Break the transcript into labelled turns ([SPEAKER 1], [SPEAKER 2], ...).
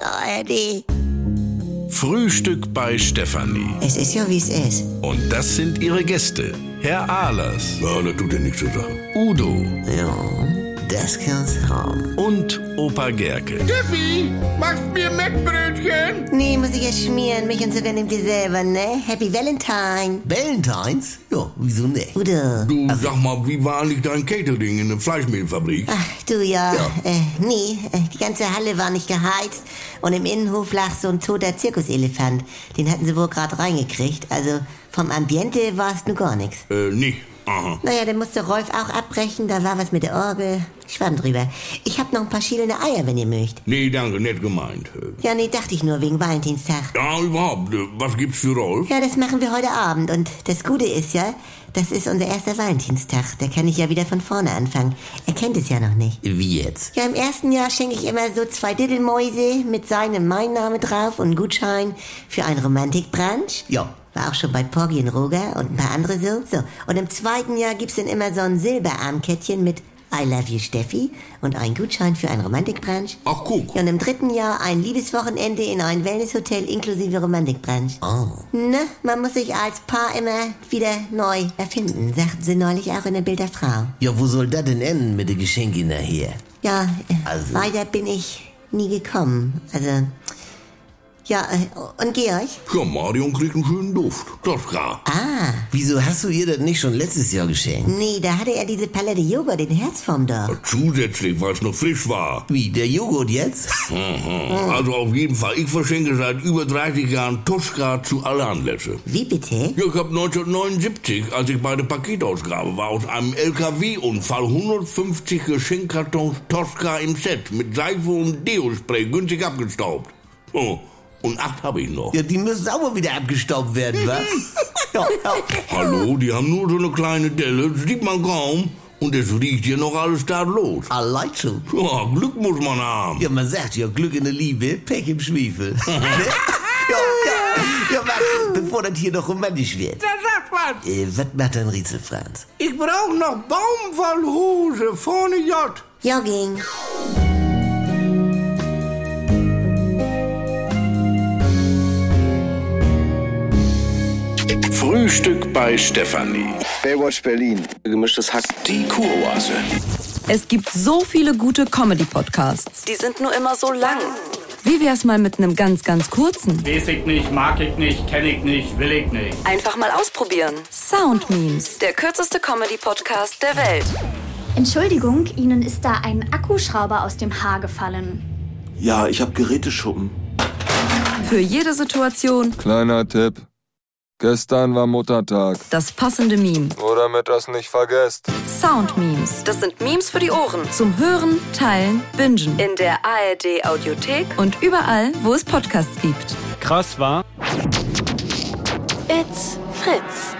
[SPEAKER 1] ARD.
[SPEAKER 2] Frühstück bei Stefanie.
[SPEAKER 1] Es ist ja, wie es ist.
[SPEAKER 2] Und das sind ihre Gäste. Herr Ahlers,
[SPEAKER 3] Ja, das tut dir nichts zu sagen.
[SPEAKER 2] Udo
[SPEAKER 1] Ja, das kann's haben.
[SPEAKER 2] und Opa Gerke.
[SPEAKER 4] Steffi, machst mir Mettbrötchen?
[SPEAKER 1] Nee, muss ich jetzt schmieren. Mich und Zucker nimmt ihr selber, ne? Happy Valentine.
[SPEAKER 5] Valentines? Ja, wieso nicht?
[SPEAKER 1] Udo.
[SPEAKER 3] Du sag mal, wie war eigentlich dein Catering in der Fleischmehlfabrik?
[SPEAKER 1] Ach du ja, Äh, nee, äh, die ganze Halle war nicht geheizt und im Innenhof lag so ein toter Zirkuselefant. Den hatten sie wohl gerade reingekriegt, also vom Ambiente war es nur gar nichts.
[SPEAKER 3] Äh, nee. Aha.
[SPEAKER 1] Naja, dann musste Rolf auch abbrechen, da war was mit der Orgel. Schwamm drüber. Ich hab noch ein paar schielende Eier, wenn ihr mögt.
[SPEAKER 3] Nee, danke, nett gemeint. Äh,
[SPEAKER 1] Ja, nee, dachte ich nur, wegen Valentinstag.
[SPEAKER 3] Ja, überhaupt. äh, Was gibt's für Rolf?
[SPEAKER 1] Ja, das machen wir heute Abend und das Gute ist ja, das ist unser erster Valentinstag. Da kann ich ja wieder von vorne anfangen. Er kennt es ja noch nicht.
[SPEAKER 5] Wie jetzt?
[SPEAKER 1] Ja, im ersten Jahr schenke ich immer so zwei Diddelmäuse mit seinem mein Name drauf und einen Gutschein für einen Romantikbrunch.
[SPEAKER 5] Ja.
[SPEAKER 1] War auch schon bei Porgy und Roger und ein paar andere so. So. Und im zweiten Jahr gibt's dann immer so ein Silberarmkettchen mit I love you Steffi und einen Gutschein für einen Romantikbrunch.
[SPEAKER 3] Ach, guck.
[SPEAKER 1] Ja, und im dritten Jahr ein Liebeswochenende in ein Wellnesshotel inklusive Romantikbrunch.
[SPEAKER 5] Oh.
[SPEAKER 1] Ne, man muss sich als Paar immer wieder neu erfinden, sagten sie neulich auch in der Bilderfrau.
[SPEAKER 5] Ja, wo soll das denn enden mit den Geschenken nachher?
[SPEAKER 1] Ja, äh,
[SPEAKER 5] Also-
[SPEAKER 1] weiter bin ich nie gekommen. Also, ja, äh, und Georg?
[SPEAKER 3] Ja, Marion kriegt einen schönen Duft. Das klar.
[SPEAKER 1] Ah,
[SPEAKER 5] Wieso hast du ihr das nicht schon letztes Jahr geschenkt?
[SPEAKER 1] nee, da hatte er diese Palette Joghurt in Herzform doch.
[SPEAKER 3] Zusätzlich, weil es noch frisch war.
[SPEAKER 5] Wie, der Joghurt jetzt?
[SPEAKER 3] Aha. Also auf jeden Fall, ich verschenke seit über 30 Jahren Tosca zu alle Anlässe.
[SPEAKER 1] Wie bitte?
[SPEAKER 3] Ja, ich habe 1979, als ich bei der Paketausgabe war, aus einem LKW-Unfall 150 Geschenkkartons Tosca im Set mit Seife und Deo-Spray günstig abgestaubt. Oh, und acht habe ich noch.
[SPEAKER 5] Ja, die müssen auch mal wieder abgestaubt werden, wa? ja, ja.
[SPEAKER 3] Hallo, die haben nur so eine kleine Delle, das sieht man kaum. Und es riecht hier noch alles tadellos.
[SPEAKER 5] Allein schon.
[SPEAKER 3] Ja, Glück muss man haben.
[SPEAKER 5] Ja, man sagt ja, Glück in der Liebe, Pech im Schwefel. Ne? ja, ja, ja, Max, bevor das hier noch romantisch wird.
[SPEAKER 4] Da sagt man,
[SPEAKER 5] Äh, was macht dein Rätsel, Franz?
[SPEAKER 4] ich brauch noch Baumwollhose vorne J.
[SPEAKER 1] Jogging.
[SPEAKER 2] Frühstück bei Stefanie.
[SPEAKER 6] Baywatch Berlin. Gemischtes Hack.
[SPEAKER 2] Die Kuroase.
[SPEAKER 7] Es gibt so viele gute Comedy-Podcasts.
[SPEAKER 8] Die sind nur immer so lang.
[SPEAKER 7] Wie wär's mal mit einem ganz, ganz kurzen?
[SPEAKER 9] Weiß ich nicht, mag ich nicht, kenne ich nicht, will ich nicht.
[SPEAKER 8] Einfach mal ausprobieren.
[SPEAKER 7] Sound-Memes.
[SPEAKER 8] Der kürzeste Comedy-Podcast der Welt.
[SPEAKER 10] Entschuldigung, Ihnen ist da ein Akkuschrauber aus dem Haar gefallen.
[SPEAKER 6] Ja, ich hab Geräteschuppen.
[SPEAKER 7] Für jede Situation
[SPEAKER 11] Kleiner Tipp. Gestern war Muttertag.
[SPEAKER 7] das passende Meme.
[SPEAKER 11] Nur damit das nicht vergesst.
[SPEAKER 7] Sound-Memes.
[SPEAKER 8] Das sind Memes für die Ohren.
[SPEAKER 7] Zum Hören, Teilen, Bingen.
[SPEAKER 8] In der ARD-Audiothek.
[SPEAKER 7] Und überall, wo es Podcasts gibt.
[SPEAKER 9] Krass war.
[SPEAKER 8] It's Fritz.